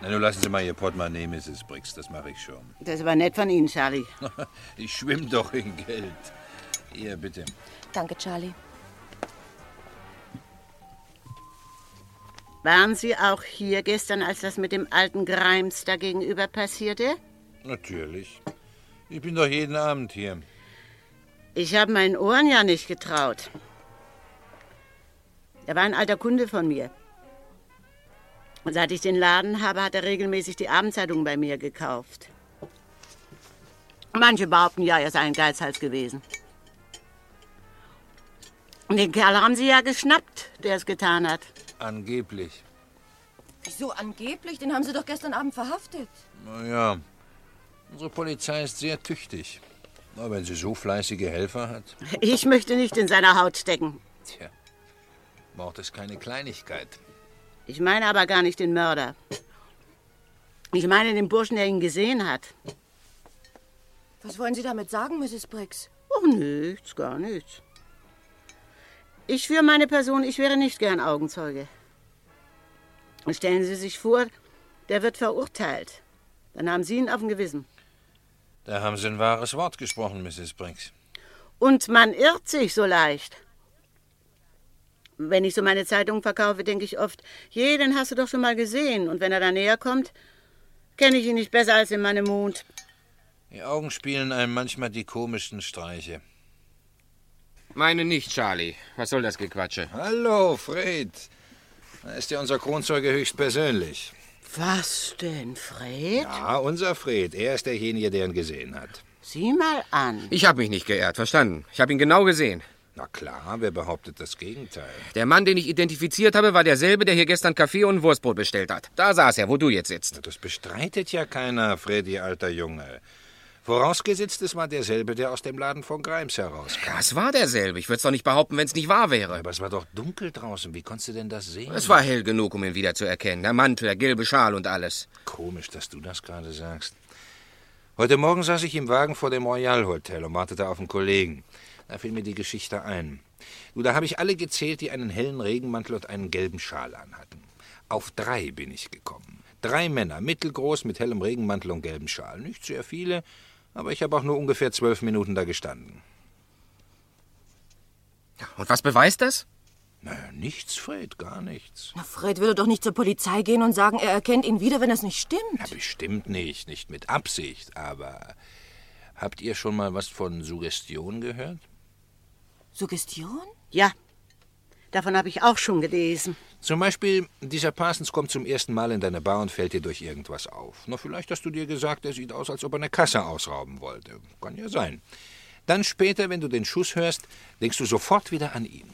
Speaker 25: Na, nun lassen Sie mal Ihr Portemonnaie, Mrs. Briggs. Das mache ich schon.
Speaker 14: Das war nett von Ihnen, Charlie.
Speaker 25: Ich schwimme doch in Geld. Hier, bitte.
Speaker 11: Danke, Charlie.
Speaker 14: Waren Sie auch hier gestern, als das mit dem alten Grimes da gegenüber passierte?
Speaker 25: Natürlich. Ich bin doch jeden Abend hier.
Speaker 14: Ich habe meinen Ohren ja nicht getraut. Er war ein alter Kunde von mir. Und seit ich den Laden habe, hat er regelmäßig die Abendzeitung bei mir gekauft. Manche behaupten ja, er sei ein Geizhals gewesen. Und den Kerl haben sie ja geschnappt, der es getan hat.
Speaker 25: Angeblich.
Speaker 11: Wieso angeblich? Den haben Sie doch gestern Abend verhaftet.
Speaker 25: Naja, unsere Polizei ist sehr tüchtig. Na, wenn sie so fleißige Helfer hat,
Speaker 14: Ich möchte nicht in seiner Haut stecken.
Speaker 25: tja, braucht es keine Kleinigkeit.
Speaker 14: Ich meine aber gar nicht den Mörder. Ich meine den Burschen, der ihn gesehen hat.
Speaker 11: Was wollen Sie damit sagen, Mrs. Briggs?
Speaker 14: Oh, nichts, gar nichts. Ich für meine Person, ich wäre nicht gern Augenzeuge. Und stellen Sie sich vor, der wird verurteilt. Dann haben Sie ihn auf dem Gewissen.
Speaker 25: Da haben Sie ein wahres Wort gesprochen, Mrs. Briggs.
Speaker 14: Und man irrt sich so leicht. Wenn ich so meine Zeitung verkaufe, denke ich oft, je, den hast du doch schon mal gesehen. Und wenn er da näher kommt, kenne ich ihn nicht besser als in meinem Mund.
Speaker 25: Die Augen spielen einem manchmal die komischsten Streiche.
Speaker 10: Meine nicht, Charlie. Was soll das Gequatsche?
Speaker 25: Hallo, Fred. Da ist ja unser Kronzeuge höchstpersönlich.
Speaker 14: Was denn, Fred?
Speaker 25: Ja, Ah, unser Fred. Er ist derjenige, der ihn gesehen hat.
Speaker 14: Sieh mal an.
Speaker 10: Ich habe mich nicht geirrt, verstanden. Ich habe ihn genau gesehen.
Speaker 25: Na
Speaker 10: Ah,
Speaker 25: klar, wer behauptet das Gegenteil?
Speaker 10: Der Mann, den ich identifiziert habe, war derselbe, der hier gestern Kaffee und Wurstbrot bestellt hat. Da saß er, wo du jetzt sitzt.
Speaker 25: Das bestreitet ja keiner, Freddy, alter Junge. Vorausgesetzt, es war derselbe, der aus dem Laden von Grimes herauskam.
Speaker 10: Ja, es war derselbe. Ich würde es doch nicht behaupten, wenn es nicht wahr wäre.
Speaker 25: Aber es war doch dunkel draußen. Wie konntest du denn das sehen?
Speaker 10: Es war hell genug, um ihn wiederzuerkennen. Der Mantel, der gelbe Schal und alles.
Speaker 25: Komisch, dass du das gerade sagst. Heute Morgen saß ich im Wagen vor dem Royal Hotel und wartete auf einen Kollegen. Da fiel mir die Geschichte ein. Du, da habe ich alle gezählt, die einen hellen Regenmantel und einen gelben Schal anhatten. Auf drei bin ich gekommen. Drei Männer, mittelgroß, mit hellem Regenmantel und gelbem Schal. Nicht sehr viele, aber ich habe auch nur ungefähr zwölf Minuten da gestanden.
Speaker 10: Und was beweist das?
Speaker 25: Naja, nichts, Fred, gar nichts.
Speaker 11: Na, Fred würde doch nicht zur Polizei gehen und sagen, er erkennt ihn wieder, wenn das nicht stimmt.
Speaker 25: Bestimmt nicht, nicht mit Absicht, aber habt ihr schon mal was von Suggestion gehört?
Speaker 11: Suggestion?
Speaker 14: Ja, davon habe ich auch schon gelesen.
Speaker 25: Zum Beispiel, dieser Parsons kommt zum ersten Mal in deine Bar und fällt dir durch irgendwas auf. Na, vielleicht hast du dir gesagt, er sieht aus, als ob er eine Kasse ausrauben wollte. Kann ja sein. Dann später, wenn du den Schuss hörst, denkst du sofort wieder an ihn.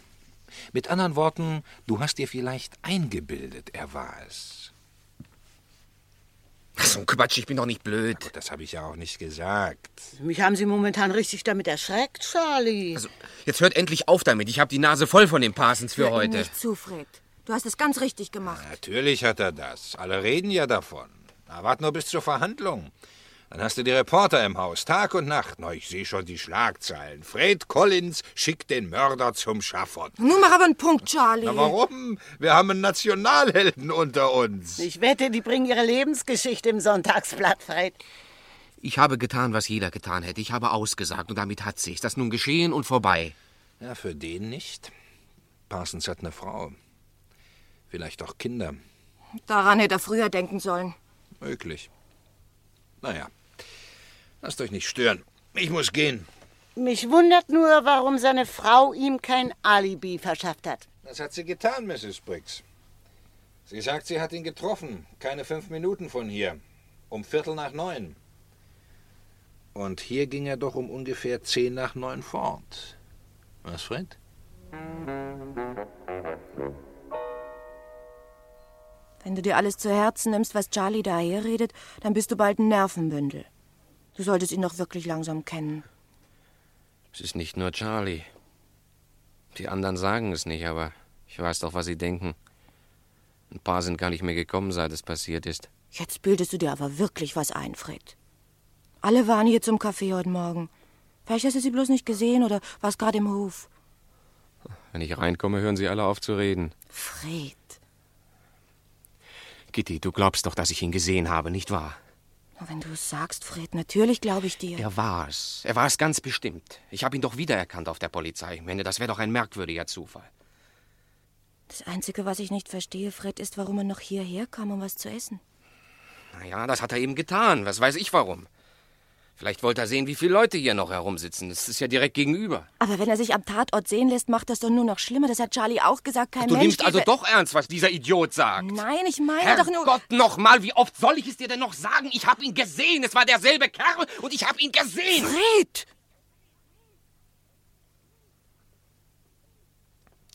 Speaker 25: Mit anderen Worten, du hast dir vielleicht eingebildet, er war es.
Speaker 10: Ach, so ein Quatsch, ich bin doch nicht blöd.
Speaker 25: das habe ich ja auch nicht gesagt.
Speaker 14: Mich haben Sie momentan richtig damit erschreckt, Charlie.
Speaker 10: Jetzt hört endlich auf damit. Ich habe die Nase voll von den Parsons für
Speaker 11: Hör ihm
Speaker 10: heute.
Speaker 11: Nicht zu, Fred. Du hast es ganz richtig gemacht.
Speaker 25: Natürlich hat er das. Alle reden ja davon. Na, wart nur bis zur Verhandlung. Dann hast du die Reporter im Haus, Tag und Nacht. Na, ich sehe schon die Schlagzeilen. Fred Collins schickt den Mörder zum Schaffot.
Speaker 11: Nun mach aber einen Punkt, Charlie.
Speaker 25: Na, warum? Wir haben einen Nationalhelden unter uns.
Speaker 14: Ich wette, die bringen ihre Lebensgeschichte im Sonntagsblatt, Fred.
Speaker 10: Ich habe getan, was jeder getan hätte. Ich habe ausgesagt und damit hat sich's. Das ist nun geschehen und vorbei.
Speaker 25: Ja, für den nicht. Parsons hat eine Frau. Vielleicht auch Kinder.
Speaker 11: Daran hätte er früher denken sollen.
Speaker 25: Möglich. Naja, lasst euch nicht stören. Ich muss gehen.
Speaker 14: Mich wundert nur, warum seine Frau ihm kein Alibi verschafft hat.
Speaker 25: Das hat sie getan, Mrs. Briggs. Sie sagt, sie hat ihn getroffen. Keine fünf Minuten von hier. Um Viertel nach neun. Und hier ging er doch um ungefähr zehn nach neun fort. Was, Fred?
Speaker 11: Wenn du dir alles zu Herzen nimmst, was Charlie daher redet, dann bist du bald ein Nervenbündel. Du solltest ihn doch wirklich langsam kennen.
Speaker 10: Es ist nicht nur Charlie. Die anderen sagen es nicht, aber ich weiß doch, was sie denken. Ein paar sind gar nicht mehr gekommen, seit es passiert ist.
Speaker 11: Jetzt bildest du dir aber wirklich was ein, Fred. Alle waren hier zum Kaffee heute Morgen. Vielleicht hast du sie bloß nicht gesehen oder warst gerade im Hof.
Speaker 10: Wenn ich reinkomme, hören sie alle auf zu reden.
Speaker 11: Fred,
Speaker 10: Kitty, du glaubst doch, dass ich ihn gesehen habe, nicht wahr?
Speaker 11: Na, Wenn du es sagst, Fred, natürlich glaube ich dir.
Speaker 10: Er war's. Er war's ganz bestimmt. Ich habe ihn doch wiedererkannt auf der Polizei. Mende, das wäre doch ein merkwürdiger Zufall.
Speaker 11: Das Einzige, was ich nicht verstehe, Fred, ist, warum er noch hierher kam, um was zu essen.
Speaker 10: Naja, das hat er eben getan. Was weiß ich warum? Vielleicht wollte er sehen, wie viele Leute hier noch herumsitzen. Das ist ja direkt gegenüber.
Speaker 11: Aber wenn er sich am Tatort sehen lässt, macht das doch nur noch schlimmer. Das hat Charlie auch gesagt. Kein
Speaker 10: du
Speaker 11: Mensch
Speaker 10: nimmst also
Speaker 11: geht-
Speaker 10: doch ernst, was dieser Idiot sagt.
Speaker 11: Nein, ich meine
Speaker 10: Herrgott
Speaker 11: doch nur.
Speaker 10: nochmal, wie oft soll ich es dir denn noch sagen? Ich habe ihn gesehen. Es war derselbe Kerl und ich habe ihn gesehen.
Speaker 11: Fred!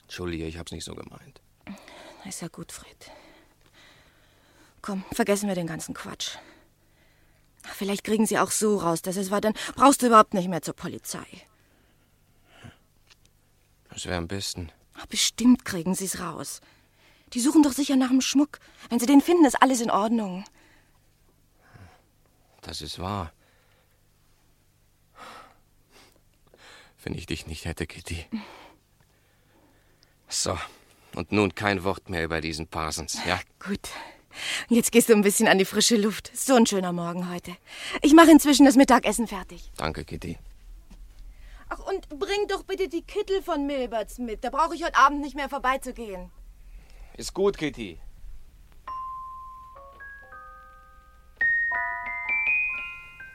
Speaker 10: Entschuldige, ich hab's nicht so gemeint.
Speaker 11: Na, Ist ja gut, Fred. Komm, vergessen wir den ganzen Quatsch. Vielleicht kriegen sie auch so raus, dass es war, dann brauchst du überhaupt nicht mehr zur Polizei.
Speaker 10: Das wäre am besten.
Speaker 11: Ach, bestimmt kriegen sie's raus. Die suchen doch sicher nach dem Schmuck. Wenn sie den finden, ist alles in Ordnung.
Speaker 10: Das ist wahr. Wenn ich dich nicht hätte, Kitty. So, und nun kein Wort mehr über diesen Parsons, ja?
Speaker 11: Gut. Und Jetzt gehst du ein bisschen an die frische Luft. So ein schöner Morgen heute. Ich mache inzwischen das Mittagessen fertig.
Speaker 10: Danke, Kitty.
Speaker 11: Ach, und bring doch bitte die Kittel von Milberts mit. Da brauche ich heute Abend nicht mehr vorbeizugehen.
Speaker 10: Ist gut, Kitty.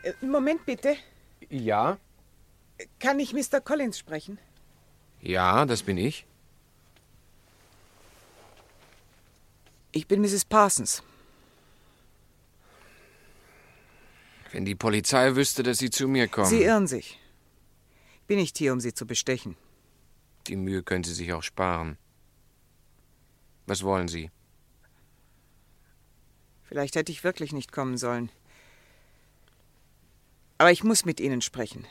Speaker 27: Äh, Moment bitte.
Speaker 10: Ja?
Speaker 27: Kann ich Mr. Collins sprechen?
Speaker 10: Ja, das bin ich.
Speaker 27: Ich bin Mrs. Parsons.
Speaker 10: Wenn die Polizei wüsste, dass sie zu mir kommen.
Speaker 27: Sie irren sich. Bin nicht hier, um Sie zu bestechen.
Speaker 10: die Mühe können sie sich auch sparen. Was wollen sie?
Speaker 27: Vielleicht hätte ich wirklich nicht kommen sollen. Aber ich muss mit Ihnen sprechen.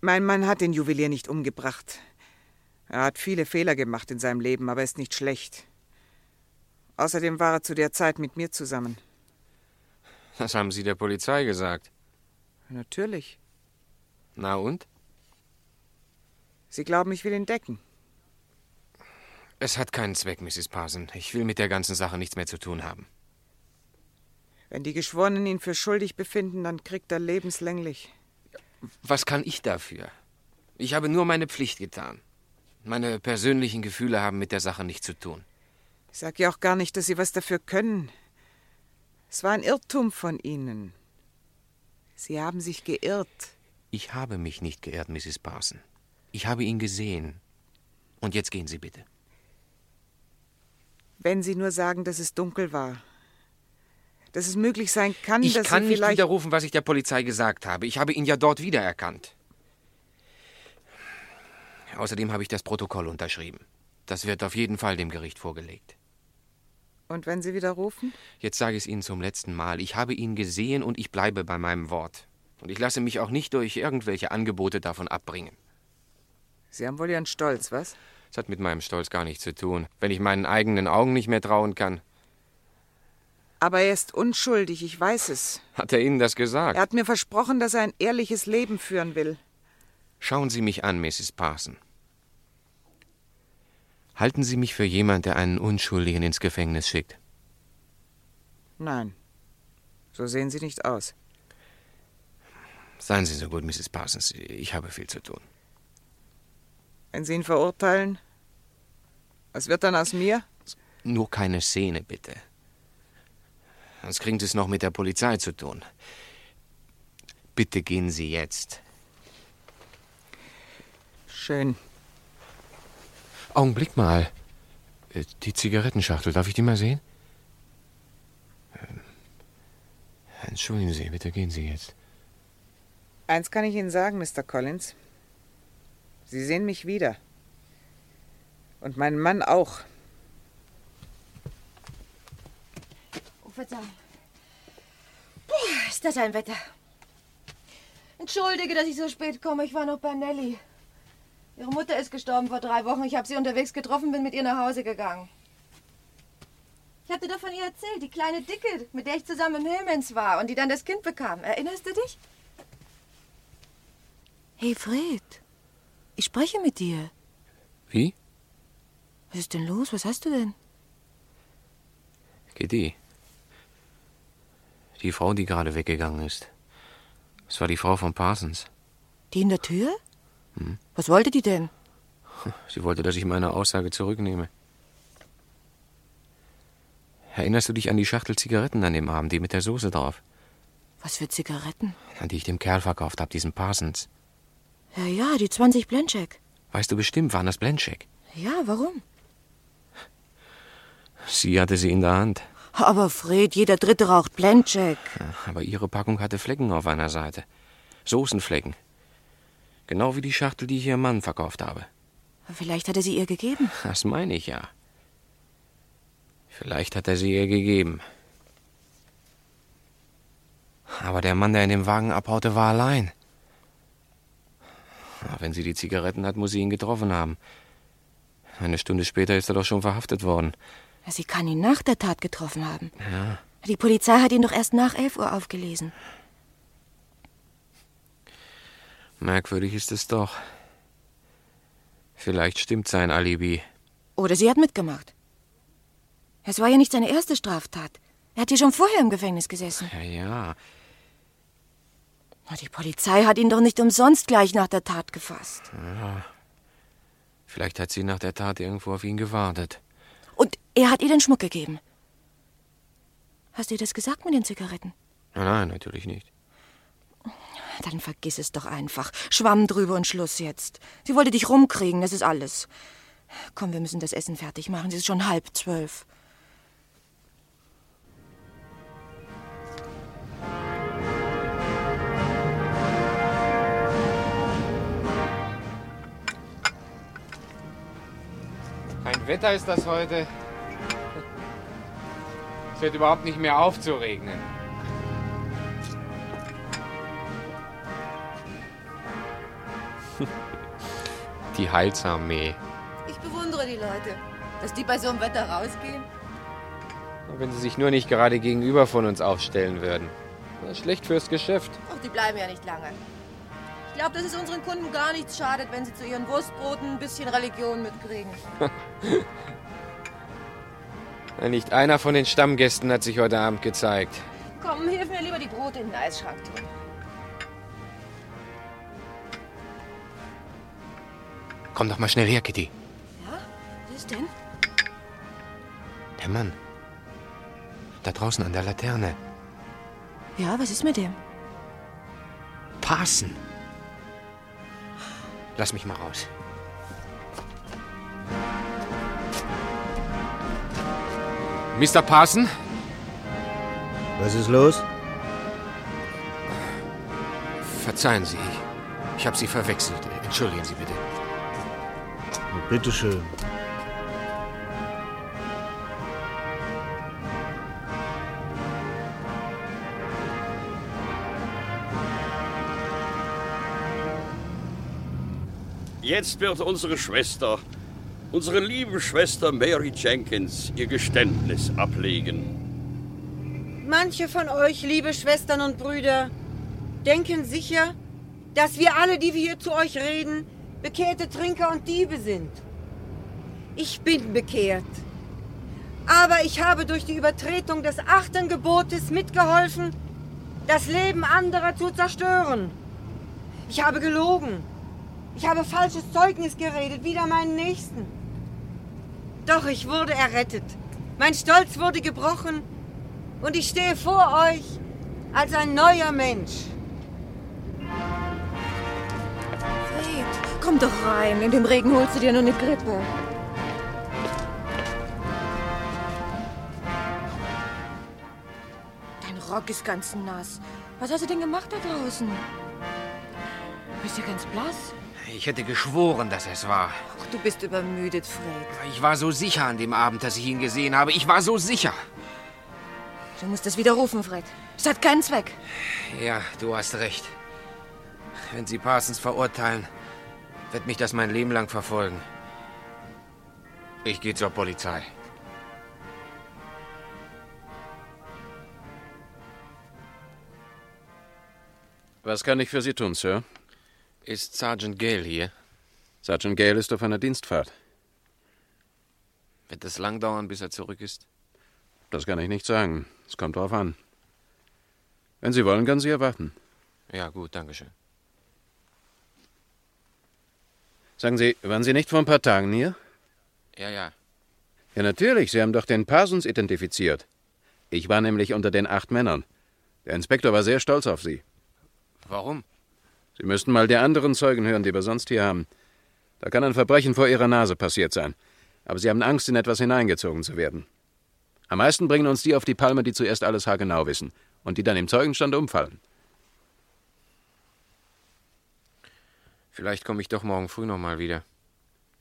Speaker 27: Mein Mann hat den Juwelier nicht umgebracht. Er hat viele Fehler gemacht in seinem Leben, aber ist nicht schlecht. Außerdem war er zu der Zeit mit mir zusammen.
Speaker 10: Das haben sie der Polizei gesagt.
Speaker 27: Natürlich.
Speaker 10: Na und?
Speaker 27: Sie glauben, ich will ihn decken.
Speaker 10: Es hat keinen Zweck, Mrs. Parson. Ich will mit der ganzen Sache nichts mehr zu tun haben.
Speaker 27: Wenn die Geschworenen ihn für schuldig befinden, dann kriegt er lebenslänglich.
Speaker 10: Was kann ich dafür? Ich habe nur meine Pflicht getan. Meine persönlichen Gefühle haben mit der Sache nichts zu tun.
Speaker 27: Ich sag ja auch gar nicht, dass Sie was dafür können. Es war ein Irrtum von Ihnen. Sie haben sich geirrt.
Speaker 10: Ich habe mich nicht geirrt, Mrs. Parson. Ich habe ihn gesehen. Und jetzt gehen Sie bitte.
Speaker 27: Wenn Sie nur sagen, dass es dunkel war. Dass es möglich sein kann,
Speaker 10: Ich
Speaker 27: dass
Speaker 10: kann
Speaker 27: Sie
Speaker 10: nicht
Speaker 27: vielleicht...
Speaker 10: widerrufen, was ich der Polizei gesagt habe. Ich habe ihn ja dort wiedererkannt. Außerdem habe ich das Protokoll unterschrieben. Das wird auf jeden Fall dem Gericht vorgelegt.
Speaker 27: Und wenn Sie widerrufen?
Speaker 10: Jetzt sage ich es Ihnen zum letzten Mal. Ich habe ihn gesehen und ich bleibe bei meinem Wort. Und ich lasse mich auch nicht durch irgendwelche Angebote davon abbringen.
Speaker 27: Sie haben wohl Ihren Stolz, was?
Speaker 10: Das hat mit meinem Stolz gar nichts zu tun. Wenn ich meinen eigenen Augen nicht mehr trauen kann,
Speaker 27: Aber er ist unschuldig, ich weiß es.
Speaker 10: hat er Ihnen das gesagt.
Speaker 27: Er hat mir versprochen, dass er ein ehrliches Leben führen will.
Speaker 10: Schauen Sie mich an, Mrs. Parson. Halten Sie mich für jemand, der einen Unschuldigen ins Gefängnis schickt.
Speaker 27: Nein, so sehen Sie nicht aus.
Speaker 10: Seien Sie so gut, Mrs. Parsons. Ich habe viel zu tun.
Speaker 27: Wenn Sie ihn verurteilen, was wird dann aus mir?
Speaker 10: Nur keine Szene, bitte. Sonst kriegen Sie es noch mit der Polizei zu tun. Bitte gehen Sie jetzt.
Speaker 27: Schön.
Speaker 10: Augenblick mal. Äh, Die Zigarettenschachtel, darf ich die mal sehen? Ähm, Entschuldigen Sie, bitte gehen Sie jetzt.
Speaker 27: Eins kann ich Ihnen sagen, Mr. Collins. Sie sehen mich wieder. Und meinen Mann auch.
Speaker 13: Oh, Verzeihung. Puh, ist das ein Wetter.
Speaker 11: Entschuldige, dass ich so spät komme. Ich war noch bei Nelly. Ihre Mutter ist gestorben vor drei Wochen. Ich habe sie unterwegs getroffen, bin mit ihr nach Hause gegangen. Ich hatte davon ihr erzählt, die kleine Dicke, mit der ich zusammen im Hillmans war und die dann das Kind bekam. Erinnerst du dich? Hey Fred, ich spreche mit dir.
Speaker 10: Wie?
Speaker 11: Was ist denn los? Was hast du denn?
Speaker 10: Kitty. Die Frau, die gerade weggegangen ist. Es war die Frau von Parsons.
Speaker 11: Die in der Tür?
Speaker 10: Hm.
Speaker 11: Was wollte die denn?
Speaker 10: Sie wollte, dass ich meine Aussage zurücknehme. Erinnerst du dich an die Schachtel Zigaretten an dem Abend, die mit der Soße drauf,
Speaker 11: Was für Zigaretten?
Speaker 10: die ich dem Kerl verkauft habe, diesem Parsons?
Speaker 11: Ja, ja, die 20 Blencheck.
Speaker 10: Weißt du bestimmt, waren das Blendcheck.
Speaker 11: Ja, warum?
Speaker 10: Sie hatte sie in der Hand,
Speaker 11: Aber Fred, jeder Dritte raucht Blencheck.
Speaker 10: aber ihre Packung hatte Flecken auf einer Seite. Soßenflecken. Genau wie die Schachtel, die ich ihrem Mann verkauft habe.
Speaker 11: Vielleicht hat er sie ihr gegeben.
Speaker 10: Das meine ich ja. Vielleicht hat er sie ihr gegeben. Aber der Mann, der in dem Wagen abhaute, war allein. Na, Wenn sie die Zigaretten hat, muss sie ihn getroffen haben. Eine Stunde später ist er doch schon verhaftet worden.
Speaker 11: Sie kann ihn nach der Tat getroffen haben.
Speaker 10: Ja.
Speaker 11: Die Polizei hat ihn doch erst nach 11 Uhr aufgelesen.
Speaker 10: Merkwürdig ist es doch. Vielleicht stimmt sein Alibi.
Speaker 11: Oder sie hat mitgemacht. Es war ja nicht seine erste Straftat. Er hat ja schon vorher im Gefängnis gesessen.
Speaker 10: Ja, ja.
Speaker 11: Na, Die Polizei hat ihn doch nicht umsonst gleich nach der Tat gefasst.
Speaker 10: ja. Vielleicht hat sie nach der Tat irgendwo auf ihn gewartet.
Speaker 11: Und er hat ihr den Schmuck gegeben. Hast du ihr das gesagt mit den Zigaretten?
Speaker 10: Nein, nein, natürlich nicht.
Speaker 11: Dann vergiss es doch einfach. Schwamm drüber und Schluss jetzt. Sie wollte dich rumkriegen, das ist alles. Komm, wir müssen das Essen fertig machen. Es ist schon halb zwölf.
Speaker 10: Ein Wetter ist das heute. Es hört überhaupt nicht mehr auf zu regnen. Die Heilsarmee.
Speaker 11: Ich bewundere die Leute, dass die bei so einem Wetter rausgehen.
Speaker 10: Wenn sie sich nur nicht gerade gegenüber von uns aufstellen würden. Das ist schlecht fürs Geschäft.
Speaker 11: Ach, die bleiben ja nicht lange. Ich glaube, dass es unseren Kunden gar nichts schadet, wenn sie zu ihren Wurstbroten ein bisschen Religion mitkriegen.
Speaker 10: Nicht einer von den Stammgästen hat sich heute Abend gezeigt.
Speaker 11: Komm, hilf mir lieber die Brote in den Eisschrank tun.
Speaker 10: Komm doch mal schnell her, Kitty.
Speaker 11: Ja? Was denn?
Speaker 10: Der Mann. Da draußen an der Laterne.
Speaker 11: Ja, was ist mit dem?
Speaker 10: Parson. Lass mich mal raus. Mr. Parson?
Speaker 2: Was ist los?
Speaker 10: Verzeihen Sie, ich- ich habe Sie verwechselt. Entschuldigen Sie bitte.
Speaker 2: Bitteschön.
Speaker 19: Jetzt wird unsere Schwester, unsere liebe Schwester Mary Jenkins, ihr Geständnis ablegen.
Speaker 15: Manche von euch, liebe Schwestern und Brüder, denken sicher, dass wir alle, die wir hier zu euch reden, bekehrte Trinker und Diebe sind. Ich bin bekehrt. Aber ich habe durch die Übertretung des achten Gebotes mitgeholfen, das Leben anderer zu zerstören. Ich habe gelogen. Ich habe falsches Zeugnis geredet, wider meinen Nächsten. Doch ich wurde errettet. Mein Stolz wurde gebrochen und ich stehe vor euch als ein neuer Mensch.
Speaker 11: Komm doch rein. In dem Regen holst du dir nur eine Grippe. Dein Rock ist ganz nass. Was hast du denn gemacht da draußen? Du bist ja ganz blass.
Speaker 10: Ich hätte geschworen, dass es war.
Speaker 11: Ach, du bist übermüdet, Fred.
Speaker 10: Ich war so sicher an dem Abend, dass ich ihn gesehen habe. Ich war so sicher.
Speaker 11: Du musst es widerrufen, Fred. Es hat keinen Zweck.
Speaker 10: Ja, du hast recht. Wenn sie Parsons verurteilen, wird mich das mein Leben lang verfolgen. Ich gehe zur Polizei.
Speaker 3: Was kann ich für Sie tun, Sir?
Speaker 10: Ist Sergeant Gale hier?
Speaker 3: Sergeant Gale ist auf einer Dienstfahrt.
Speaker 10: Wird es lang dauern, bis er zurück ist?
Speaker 3: Das kann ich nicht sagen. Es kommt drauf an. Wenn Sie wollen, können Sie erwarten.
Speaker 10: Ja, gut, danke schön.
Speaker 3: Sagen Sie, waren Sie nicht vor ein paar Tagen hier?
Speaker 10: Ja, ja.
Speaker 3: Ja, natürlich. Sie haben doch den Parsons identifiziert. Ich war nämlich unter den acht Männern. Der Inspektor war sehr stolz auf Sie.
Speaker 10: Warum?
Speaker 3: Sie müssten mal der anderen Zeugen hören, die wir sonst hier haben. Da kann ein Verbrechen vor Ihrer Nase passiert sein. Aber Sie haben Angst, in etwas hineingezogen zu werden. Am meisten bringen uns die auf die Palme, die zuerst alles haargenau wissen und die dann im Zeugenstand umfallen.
Speaker 10: Vielleicht komme ich doch morgen früh nochmal wieder.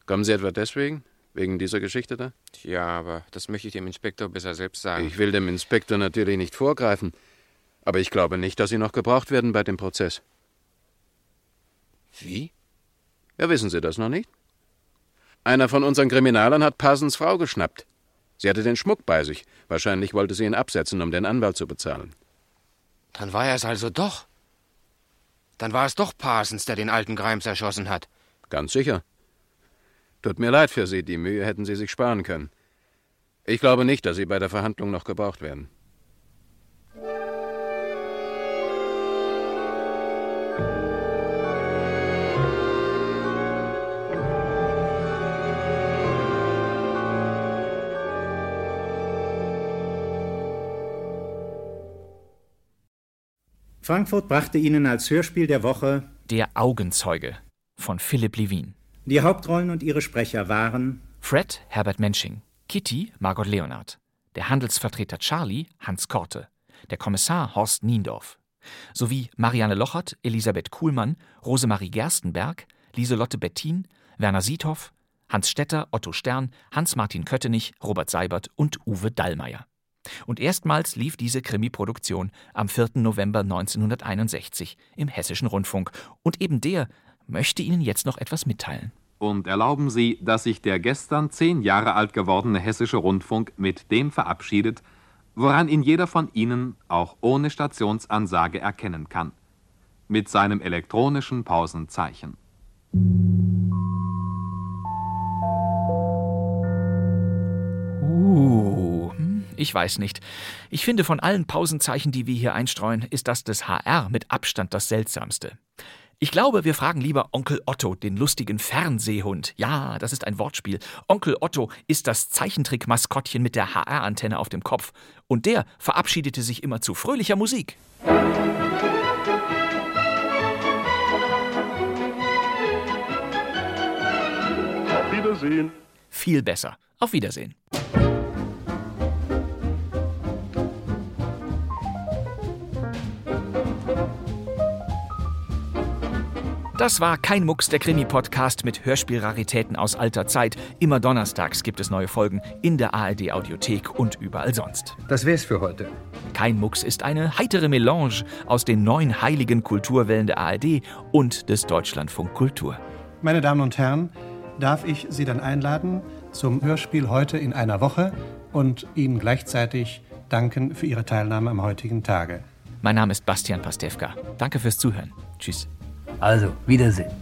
Speaker 3: Kommen Sie etwa deswegen? Wegen dieser Geschichte da?
Speaker 10: Ja, aber das möchte ich dem Inspektor besser selbst sagen.
Speaker 3: Ich will dem Inspektor natürlich nicht vorgreifen, aber ich glaube nicht, dass Sie noch gebraucht werden bei dem Prozess.
Speaker 10: Wie?
Speaker 3: Ja, wissen Sie das noch nicht? Einer von unseren Kriminalern hat Parsons Frau geschnappt. Sie hatte den Schmuck bei sich. Wahrscheinlich wollte sie ihn absetzen, um den Anwalt zu bezahlen.
Speaker 10: Dann war er es also doch. Dann war es doch Parsons, der den alten Grimes erschossen hat.
Speaker 3: Ganz sicher. Tut mir leid für Sie, die Mühe hätten Sie sich sparen können. Ich glaube nicht, dass Sie bei der Verhandlung noch gebraucht werden.
Speaker 5: Frankfurt brachte Ihnen als Hörspiel der Woche
Speaker 4: Der Augenzeuge von Philipp Levin.
Speaker 5: Die Hauptrollen und ihre Sprecher waren
Speaker 4: Fred Herbert Mensching, Kitty Margot Leonard, der Handelsvertreter Charlie Hans Korte, der Kommissar Horst Niendorf, sowie Marianne Lochert, Elisabeth Kuhlmann, Rosemarie Gerstenberg, Lieselotte Bettin, Werner Siethoff, Hans Stetter, Otto Stern, Hans-Martin Köttenich, Robert Seibert und Uwe Dallmeier. Und erstmals lief diese Krimi-Produktion am 4. November 1961 im Hessischen Rundfunk. Und eben der möchte Ihnen jetzt noch etwas mitteilen.
Speaker 6: Und erlauben Sie, dass sich der gestern zehn Jahre alt gewordene Hessische Rundfunk mit dem verabschiedet, woran ihn jeder von Ihnen auch ohne Stationsansage erkennen kann. Mit seinem elektronischen Pausenzeichen.
Speaker 4: Uh, hm, ich weiß nicht. Ich finde, von allen Pausenzeichen, die wir hier einstreuen, ist das des HR mit Abstand das seltsamste. Ich glaube, wir fragen lieber Onkel Otto, den lustigen Fernsehhund. Ja, das ist ein Wortspiel. Onkel Otto ist das Zeichentrick-Maskottchen mit der HR-Antenne auf dem Kopf. Und der verabschiedete sich immer zu fröhlicher Musik.
Speaker 7: Auf Wiedersehen.
Speaker 4: Viel besser. Auf Wiedersehen. Das war kein Mucks, der Krimi-Podcast mit Hörspielraritäten aus alter Zeit. Immer donnerstags gibt es neue Folgen in der ARD-Audiothek und überall sonst.
Speaker 9: Das wär's für heute.
Speaker 4: Kein Mucks ist eine heitere Melange aus den neun heiligen Kulturwellen der ARD und des Deutschlandfunk Kultur.
Speaker 16: Meine Damen und Herren, darf ich Sie dann einladen zum Hörspiel heute in einer Woche und Ihnen gleichzeitig danken für Ihre Teilnahme am heutigen Tage.
Speaker 4: Mein Name ist Bastian Pastewka. Danke fürs Zuhören. Tschüss.
Speaker 9: Also, Wiedersehen.